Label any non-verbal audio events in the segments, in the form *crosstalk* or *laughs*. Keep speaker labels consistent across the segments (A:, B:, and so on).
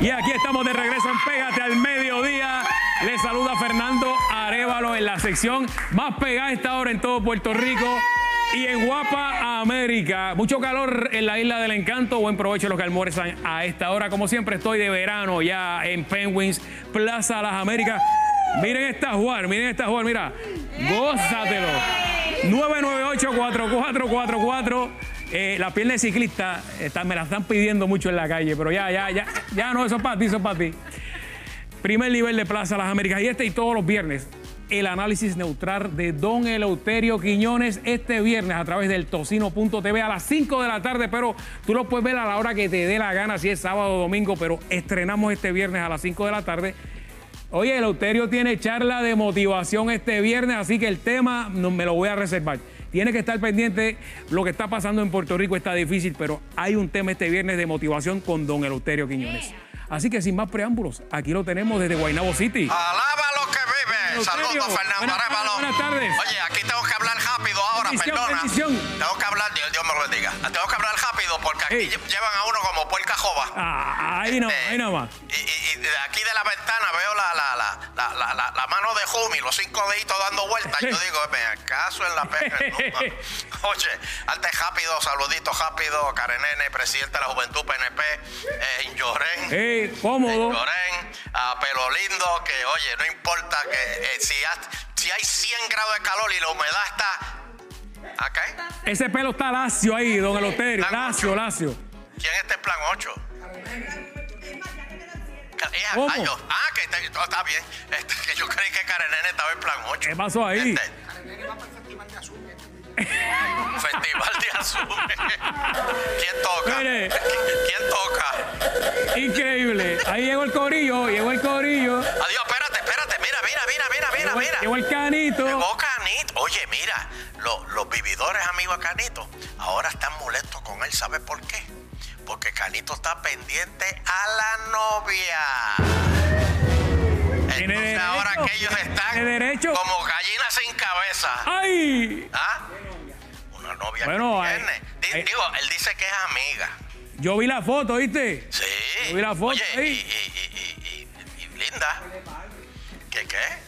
A: Y aquí estamos de regreso en Pégate al Mediodía. Les saluda Fernando Arevalo en la sección más pegada a esta hora en todo Puerto Rico. Y en Guapa América, mucho calor en la isla del encanto. Buen provecho a los que almuerzan a esta hora. Como siempre, estoy de verano ya en Penguins, Plaza Las Américas. Miren esta jugar, miren esta jugar, mira. Gózatelo. 998-4444. Eh, la piel de ciclista está- me la están pidiendo mucho en la calle, pero ya, ya, ya, ya no, eso es para ti, eso es para ti. Primer nivel de Plaza Las Américas y este y todos los viernes. El análisis neutral de Don Eleuterio Quiñones este viernes a través del tocino.tv a las 5 de la tarde, pero tú lo puedes ver a la hora que te dé la gana, si es sábado o domingo, pero estrenamos este viernes a las 5 de la tarde. Oye, Eleuterio tiene charla de motivación este viernes, así que el tema no, me lo voy a reservar. Tiene que estar pendiente lo que está pasando en Puerto Rico, está difícil, pero hay un tema este viernes de motivación con don Eleuterio Quiñones. Así que sin más preámbulos, aquí lo tenemos desde Guaynabo City.
B: Alaba lo que vive.
A: Euterio,
B: Saludos, Fernando
A: buenas tardes,
B: Arevalo.
A: buenas tardes.
B: Oye, aquí tengo que hablar rápido ahora,
A: Bendición,
B: perdona.
A: bendición.
B: Tengo que hablar, Dios, Dios me lo bendiga. Tengo que hablar rápido porque aquí
A: Ey.
B: lle- llevan a uno como puerca jova.
A: Ah, ahí no,
B: Este,
A: ahí nada más.
B: Y, y- y de aquí de la ventana veo la, la, la, la, la, la- la mano de Jumi, los cinco deditos dando vueltas. Y yo digo, ¿me acaso en la perra?
A: *laughs*
B: No. Oye, antes rápido, saludito rápido, Karenene, presidente de la Juventud PNP, eh, Llorén.
A: Eh, cómodo.
B: Llorén, a Pelo Lindo, que oye, no importa que eh, si, ha- si hay 100 grados de calor y la humedad está. ¿Acá? ¿eh?
A: Ese pelo está lacio ahí, don Eleuterio.
B: Está
A: Lacio,
B: mucho.
A: lacio.
B: ¿Quién está en plan 8?
A: ¿Cómo?
B: Ah, que está, oh, está bien. Este, que yo creí que Karenene estaba en plan Este. 8.
A: ¿Qué pasó Eh, ahí?
B: Festival de Azul. eh. ¿Quién toca?
A: Mire.
B: ¿Quién toca?
A: Increíble. Ahí llegó el corillo, llegó el corillo.
B: Adiós, espérate, espérate. Mira, mira, mira, mira, mira,
A: Llegó,
B: mira.
A: llegó el canito.
B: Llegó Canito. Oye, mira, lo- los vividores amigos de Canito ahora están molestos con él. ¿Sabes por qué? Porque Canito está pendiente a la novia.
A: Tiene
B: Entonces
A: derecho.
B: ahora que ellos están
A: Tiene derecho.
B: como gallinas sin cabeza.
A: ¡Ay!
B: ¿Ah? Una novia
A: Bueno,
B: que
A: hay-
B: tiene. Di-
A: hay-
B: Digo, él dice que es amiga.
A: Yo vi la foto, ¿viste?
B: Sí.
A: Yo vi la foto
B: Oye, y,
A: ahí.
B: y- y- y- y- y linda. ¿Qué qué?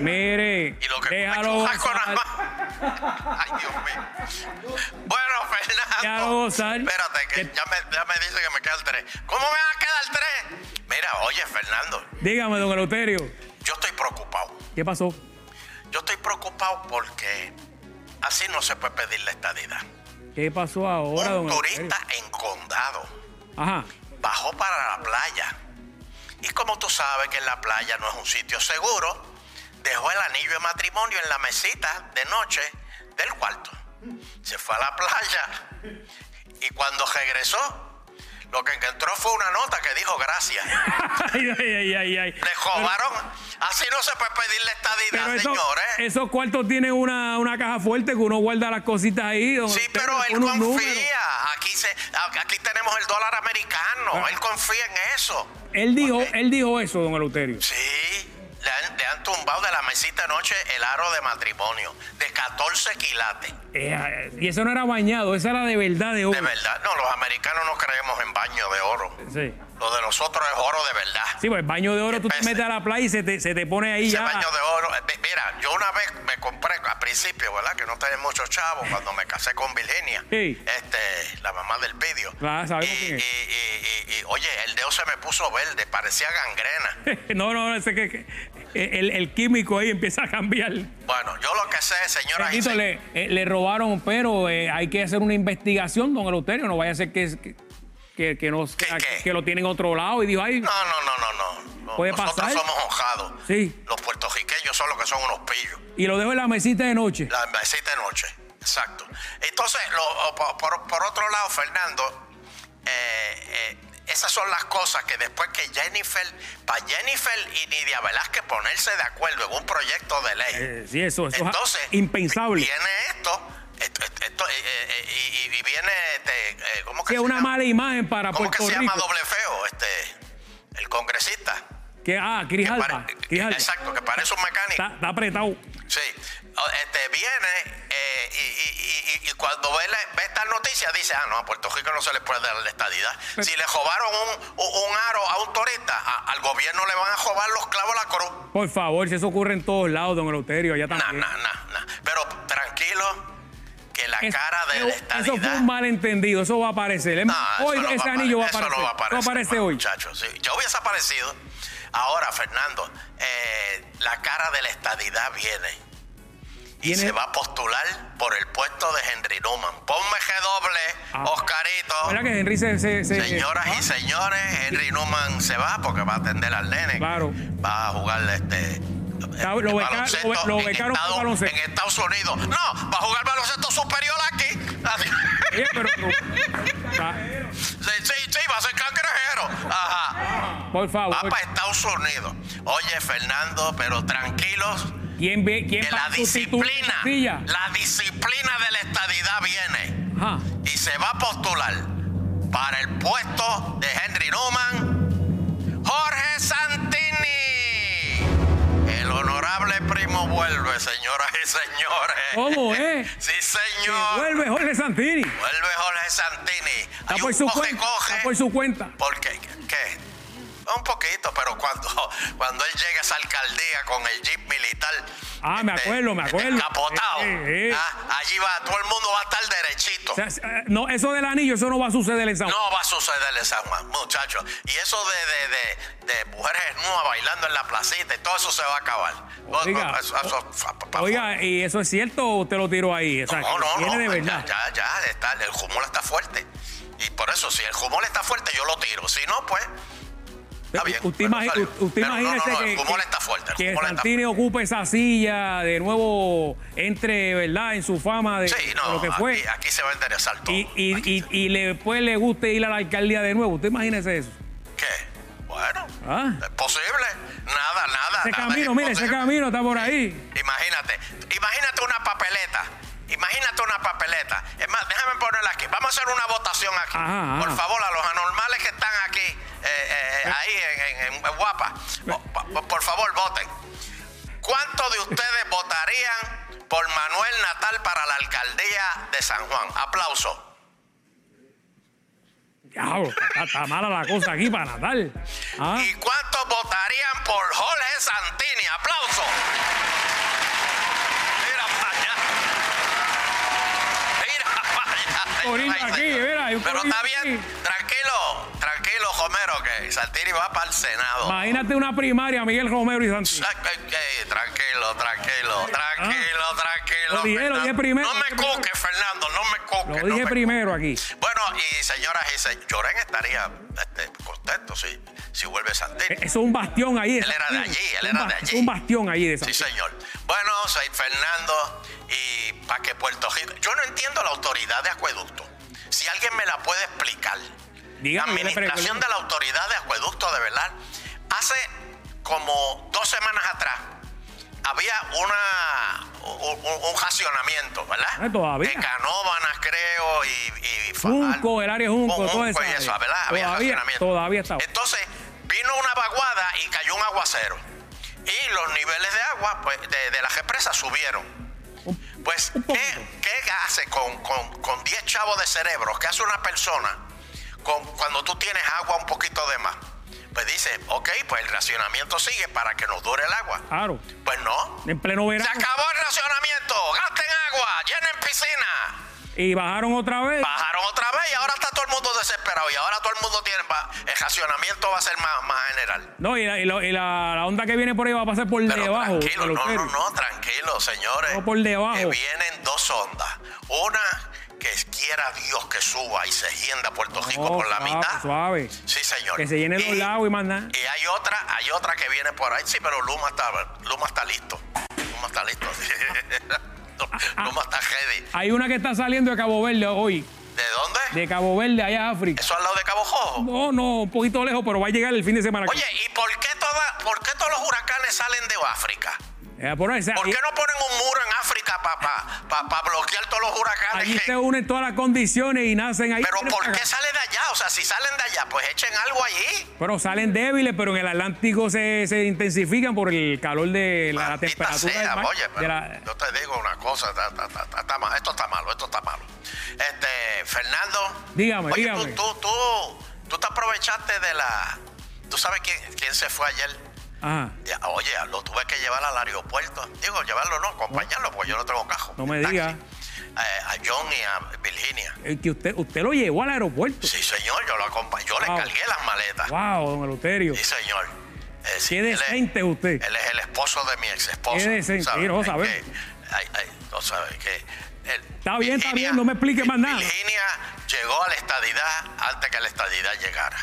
A: Mire,
B: Y lo que
A: déjalo
B: come chujaco
A: gozar.
B: nada más. Ay, Dios mío. Bueno, Fernando.
A: Déjalo gozar.
B: Espérate, que
A: Que-
B: ya me, ya me dice que me queda el 3. ¿Cómo me va a quedar el 3? Mira, oye, Fernando,
A: Dígame, don Eleuterio,
B: yo estoy preocupado.
A: ¿qué pasó?
B: Yo estoy preocupado porque así no se puede pedir la estadidad.
A: ¿Qué pasó ahora, don
B: Un
A: Eleuterio?
B: turista en condado
A: Ajá. *laughs*
B: bajó para la playa. Y como tú sabes que en la playa no es un sitio seguro, dejó el anillo de matrimonio en la mesita de noche del cuarto. Se fue a la playa y cuando regresó, lo que encontró fue una nota que dijo gracias.
A: ay, ay, ay, ay, ay.
B: Le jobaron. Así no se puede pedir la
A: Pero
B: estadidad,
A: eso-
B: señores.
A: esos cuartos tienen una, una caja fuerte que uno guarda las cositas ahí. don
B: Sí,
A: Eleuterio,
B: pero él
A: unos números.
B: confía. Aquí, se, aquí tenemos el dólar
A: Ah.
B: americano. Él confía en eso.
A: Él dijo,
B: Ok.
A: él dijo eso, don Eleuterio.
B: Sí, le han, le han tumbado de la mesita anoche el aro de matrimonio, de 14 quilates.
A: Eh, y eso no era bañado, esa era de verdad de oro.
B: De verdad, no, los americanos no creemos en baño de oro.
A: Sí.
B: Lo de nosotros es oro de verdad.
A: Sí, pues baño de oro, tú te
B: Empece.
A: metes a la playa y se te, se te pone ahí
B: Ese
A: ya.
B: baño de oro, eh, mi- mira, yo una vez me compré, al principio, ¿verdad? Que no tenía muchos chavos cuando me casé con Virginia,
A: Sí.
B: este, la mamá del vídeo.
A: Claro, sabemos
B: y,
A: quién es.
B: y- y- y- y, oye, el dedo se me puso verde, parecía gangrena.
A: *laughs* No, no, ese que, que- el, el químico ahí empieza a cambiar.
B: Bueno, yo lo que sé, señoras y
A: Bendito,
B: señores.
A: le, eh, le robaron, pero eh, hay que hacer una investigación, don Eleuterio. No vaya a ser que, que, que, que no sea-
B: qué?
A: que lo tienen a otro lado y dijo, ay,
B: No, no, no, no, no. No,
A: ¿Puede
B: Nosotros
A: pasar?
B: somos honjados.
A: Sí.
B: Los puertorriqueños son los que son unos pillos.
A: y lo dejo en la mesita de noche.
B: La mesita de noche. Exacto. Entonces, lo- o por, por- por otro lado, Fernando, eh, eh, esas son las cosas que después que Jennifer, para Jennifer y Nidia Velázquez ponerse de acuerdo en un proyecto de ley.
A: Eh, sí, eso, eso
B: Entonces,
A: es impensable.
B: vi- Viene esto, esto, esto- esto, eh, eh, y, y- y viene, este, eh, ¿cómo que
A: Que es
B: se
A: una
B: llama?
A: mala imagen para
B: ¿Cómo que
A: Puerto
B: se
A: Rico.
B: llama doble feo? Este, el congresista.
A: Que, ah,
B: Que
A: Cris Alba.
B: pare-
A: Cris Alba.
B: exacto, que parece un mecánico.
A: Está, está apretado.
B: Sí. O- Este, viene eh, y, y- y- y- y cuando ve, la- ve
A: Pues
B: esta noticia dice, ah, no, a Puerto Rico no se le puede dar la estadidad. si le robaron un, un- un aro a un a- al gobierno le van a robar los clavos a la cruz.
A: Por favor, si eso ocurre en todos lados, don Eleuterio, allá
B: Nah,
A: también.
B: nah, nah, nah. Pero tranquilo, que la
A: Es-
B: cara de
A: eso-
B: la
A: eso fue
B: estadidad.
A: un malentendido, eso va a aparecer. Es-
B: Nah, eso
A: hoy
B: no va
A: ese
B: a
A: anillo va a
B: apare-
A: aparecer.
B: Eso no va a aparecer.
A: aparece
B: hermano,
A: hoy.
B: muchachos, sí. Yo hubiese aparecido. Ahora, Fernando, eh, la cara de la estadidad viene. Y
A: Viene-
B: se va a postular por el puesto de Henry Newman. Ponme G doble,
A: Ah. ¿Verdad
B: Oscarito.
A: que ¿Ah? Henry se... se- se-
B: Señoras y señores, Henry Newman se va porque va a atender al nene.
A: Claro.
B: Va a jugar este.
A: Está- lo
B: eh,
A: beca-
B: baloncesto
A: lo be- lo
B: en
A: becaron
B: Estados-
A: por baloncesto.
B: en Estados Unidos. No, va a jugar baloncesto superior aquí. *laughs*
A: Oye, pero... Está-
B: Sí, sí, sí, va a ser cangrejero. Ajá.
A: por favor,
B: Va para Estados Unidos. Oye, Fernando, pero tranquilos,
A: ¿quién, ve, quién
B: que
A: va
B: la
A: a sustituir
B: disciplina,
A: a Mancilla?
B: la disciplina de la estadidad viene
A: Ajá.
B: y se va a postular para el puesto de Henry Newman, Jorge Santini. El honorable primo vuelve, señoras y señores.
A: ¿Cómo es?
B: Sí,
A: Que
B: señor. Vuelve.
A: Vuelve Jorge Santini.
B: Jorge Santini.
A: Está
B: Hay
A: por
B: un
A: pues su
B: coge,
A: cuenta.
B: coge.
A: Está por su cuenta.
B: Porque, ¿qué? Un poquito, pero cuando, cuando él llega a esa alcaldía con el jeep militar.
A: Ah, me acuerdo, me acuerdo.
B: Capotado.
A: Eh, eh, eh.
B: ah, allí va, todo el mundo va a estar derechito.
A: O sea, eh, no, eso del anillo, eso no va a suceder en San
B: no va a suceder en San Juan, muchachos. Y eso de, de, de, de mujeres nuevas bailando en la placita y todo eso se va a acabar. No,
A: Oiga,
B: no, eso- eso- fa- fa- fa-
A: Oiga, y eso es cierto, o usted lo tiró ahí. O sea,
B: no,
A: que
B: no,
A: viene
B: no.
A: de
B: ya,
A: verdad.
B: ya, ya, está, el humor está fuerte. Y por eso, si el humor está fuerte, yo lo tiro. Si no, pues. Está bien.
A: Usted,
B: pero
A: imagi-
B: salió.
A: u- usted
B: Pero no, no,
A: imagínese
B: no,
A: que,
B: El humor está fuerte.
A: que
B: El humor está
A: Santini ocupe esa silla, de nuevo entre, ¿verdad? En su fama de,
B: Sí,
A: de
B: no,
A: lo que fue.
B: Aquí, aquí se va a interesar todo.
A: y y,
B: Aquí
A: y,
B: se-
A: y le- después le guste ir a la alcaldía de nuevo. Usted imagínese eso.
B: ¿Qué? Bueno,
A: Ah.
B: es posible. Nada, nada.
A: Ese
B: nada es
A: camino, mire, ese
B: imposible.
A: camino está por ahí.
B: Imagínate, imagínate una papeleta. Imagínate una papeleta. Es más, déjame ponerla aquí. Vamos a hacer una votación aquí.
A: Ajá,
B: Por
A: ajá.
B: favor, a los anormales que están aquí, eh, eh, ahí en, en- en- en Guapa,
A: Eh.
B: o- pa- pa- por favor, voten. ¿Cuántos de ustedes votarían por Manuel Natal para la alcaldía de San Juan? Aplauso.
A: Diablo, está, está mala la cosa aquí para Natal. Ah,
B: ¿Y cuántos votarían por Jorge Santini? ¡Aplauso! Mira para allá. Mira para allá.
A: Corillo
B: Ay,
A: aquí,
B: señor.
A: mira, hay un
B: Pero
A: corillo
B: está bien,
A: aquí.
B: tranquilo, tranquilo, Homero, que Santini va para el Senado.
A: imagínate una primaria, Miguel Romero y Santini.
B: Ay, ay, ay, tranquilo, tranquilo, tranquilo, tranquilo.
A: Lo dije, lo dije
B: Fernando.
A: primero,
B: No
A: lo
B: me
A: dije primero.
B: cuques, Fernando, no me cuques.
A: Lo
B: no
A: dije
B: me
A: primero aquí.
B: bueno, y señoras y señores, Lloren estaría este, contento si, si vuelve Santini.
A: Eso es un bastión ahí.
B: Él era de allí, él
A: Un
B: era de
A: bas-
B: allí.
A: Un bastión ahí de
B: Sí,
A: Santini.
B: señor. Bueno, soy Fernando y para que Puerto Rico. Yo no entiendo la autoridad de acueducto. Si alguien me la puede explicar.
A: Dígame,
B: la
A: yo le
B: administración
A: pregunto.
B: de la autoridad de acueducto, de verdad. Hace como dos semanas atrás había una un, un- un racionamiento, ¿verdad?
A: Ah, todavía.
B: De Canóvanas, creo, y, y Fajal.
A: Junco, el área Junco,
B: Un
A: toda esa
B: y
A: área.
B: eso, ¿verdad? Había
A: Todavía,
B: racionamiento.
A: todavía está.
B: Entonces vino una vaguada y cayó un aguacero. Y los niveles de agua pues, de, de la represa subieron. Pues,
A: un
B: ¿qué,
A: poquito.
B: qué hace con, con, con 10 chavos de cerebros? ¿Qué hace una persona con- cuando tú tienes agua un poquito de más? Pues dice, ok, pues el racionamiento sigue para que nos dure el agua.
A: Claro,
B: Pues no.
A: en pleno
B: Se
A: verano.
B: acabó el racionamiento. Gasten agua, llenen piscina.
A: Y bajaron otra vez.
B: Bajaron otra vez y ahora está todo el mundo desesperado y ahora todo el mundo tiene, va- el racionamiento va a ser más, más general.
A: No, y, la, y la- y la- la onda que viene por ahí va a pasar por
B: Pero
A: debajo.
B: tranquilo,
A: de los
B: no, no,
A: cerros.
B: no, tranquilo, señores.
A: No, por debajo.
B: Que vienen dos ondas. Una que quiera Dios que suba y se hienda Puerto Rico
A: No,
B: por la
A: suave,
B: mitad.
A: Suave.
B: Sí, señor.
A: Oh, Que se llenen
B: Y-
A: los lados y más nada.
B: Y hay otra, hay otra que viene por ahí. Sí, pero Luma está, Luma está listo. Luma está listo. *laughs* Luma está ready.
A: Hay una que está saliendo de Cabo Verde hoy.
B: ¿De dónde?
A: De Cabo Verde, allá a África.
B: Eso al lado de Cabo Jojo.
A: No, no, un poquito lejos, pero va a llegar el fin de semana.
B: Oye, ¿y por qué, toda- por qué todos los huracanes salen de África?
A: Eh, por ahí, o sea,
B: ¿Por
A: ahí-
B: qué no ponen un muro en África para bloquear todos los huracanes?
A: allí
B: que-
A: se unen todas las condiciones y nacen ahí.
B: Pero
A: Vienen
B: ¿por
A: para
B: qué
A: acá.
B: salen de allá? O sea, si salen de allá, pues echen algo allí.
A: Pero salen débiles, pero en el Atlántico se, se intensifican por el calor de la, la
B: Maldita
A: temperatura
B: sea,
A: del mar.
B: oye,
A: de
B: pero
A: la-
B: yo te digo una cosa, está- está- está- está- está mal, esto está malo, esto está malo. Este, Fernando,
A: Dígame,
B: oye,
A: dígame.
B: Tú, tú, tú, tú te aprovechaste de la, ¿Tú sabes quién, quién se fue ayer?
A: Ajá.
B: Ya, Oye, lo tuve que llevar al aeropuerto. Digo, llevarlo no, acompañarlo, porque yo no tengo cajo.
A: No me
B: Taxi.
A: diga.
B: Eh, a John y a Virginia.
A: El que usted, usted lo llevó al aeropuerto.
B: Sí, señor, yo lo acompañé. Yo le
A: Wow.
B: cargué las maletas.
A: Wow, don Eleuterio.
B: Sí, señor. Eh, sí,
A: Qué
B: él es-
A: decente es usted.
B: Él es el esposo de mi ex esposa.
A: Qué decente, sí, no, sabemos.
B: no sabes que. él-
A: Está bien, está bien, no me explique más nada.
B: Virginia llegó a la estadidad antes que la estadidad llegara.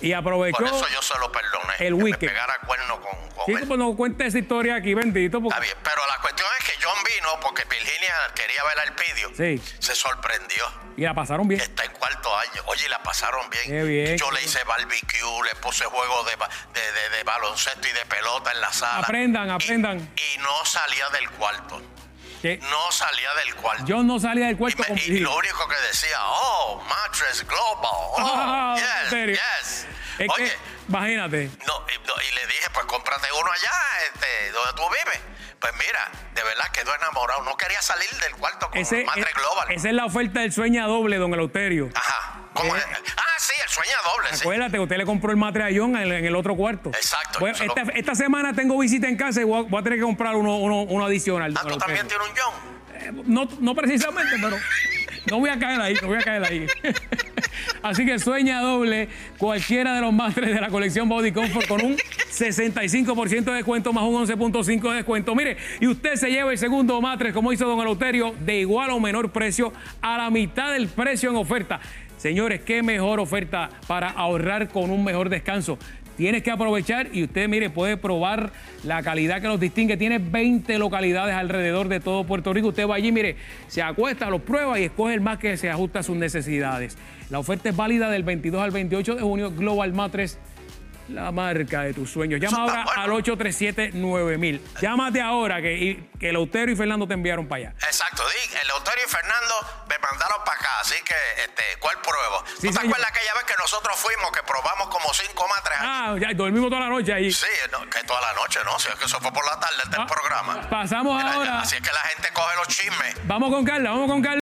A: Y
B: Por
A: aprovechó.
B: eso yo se lo perdoné.
A: el
B: que
A: weekend.
B: Me pegara cuerno con, con
A: Sí,
B: él.
A: pues no cuente esa historia aquí, bendito.
B: Está
A: Porque...
B: bien, pero la cuestión es que John vino porque Virginia quería ver al Elpidio.
A: Sí.
B: Se sorprendió.
A: Y la pasaron bien.
B: Está en cuarto año. Oye, y la pasaron bien.
A: Qué bien.
B: Yo le hice barbecue, le puse juego de, ba- de- de- de baloncesto y de pelota en la sala.
A: Aprendan,
B: Y-
A: aprendan.
B: Y, no salía del cuarto.
A: Que
B: No salía del cuarto.
A: yo no salía del
B: y,
A: cuarto
B: me-
A: con
B: y
A: Virgilio.
B: lo único que decía, oh, Mattress Global. Oh,
A: *laughs* Ah,
B: yes,
A: en serio.
B: yes.
A: Es
B: Oye,
A: que, imagínate.
B: no, y, no, y le dije, pues cómprate uno allá, este, donde tú vives. Pues mira, de verdad quedó enamorado. No quería salir del cuarto con
A: Ese,
B: Matre
A: es-
B: Global.
A: Esa es la oferta del sueño doble, don Eleuterio.
B: Ajá. ¿Cómo es? Ah, sí, el sueño doble, sí.
A: Acuérdate que usted le compró el matre a John en, el- en el otro cuarto.
B: Exacto,
A: Bueno,
B: yo se
A: esta, esta semana tengo visita en casa y voy a, voy a tener que comprar uno, uno, uno adicional.
B: Ah,
A: don
B: tú también
A: Eleuterio.
B: tienes un John.
A: no, no precisamente, pero no voy a caer ahí, no voy a caer ahí. *laughs* Así que sueña doble cualquiera de los másteres de la colección Body Comfort con un 65% de descuento más un 11.5 de descuento. Mire, y usted se lleva el segundo matres, como hizo don Eleuterio, de igual o menor precio a la mitad del precio en oferta. Señores, qué mejor oferta para ahorrar con un mejor descanso. Tienes que aprovechar y usted, mire, puede probar la calidad que nos distingue. Tiene 20 localidades alrededor de todo Puerto Rico. Usted va allí, mire, se acuesta, lo prueba y escoge el más que se ajusta a sus necesidades. La oferta es válida del 22 al 28 de junio. Global Matres, la marca de tus sueños. Llama
B: Eso está
A: ahora
B: bueno.
A: al 837-9000. Llámate ahora que, y- que Lautero y Fernando te enviaron para allá.
B: Exacto, di, el autor y Fernando me mandaron para acá, así que, este, ¿cuál pruebo?
A: Sí,
B: ¿No te
A: señor.
B: acuerdas aquella vez que nosotros fuimos, que probamos como cinco matres?
A: Ah, ya dormimos toda la noche ahí.
B: Sí, no, que toda la noche, ¿no? Si es que eso fue por la tarde del
A: Ah,
B: programa.
A: pasamos
B: Era-
A: ahora.
B: Así es que la gente coge los chismes.
A: Vamos con Carla, vamos con Carla.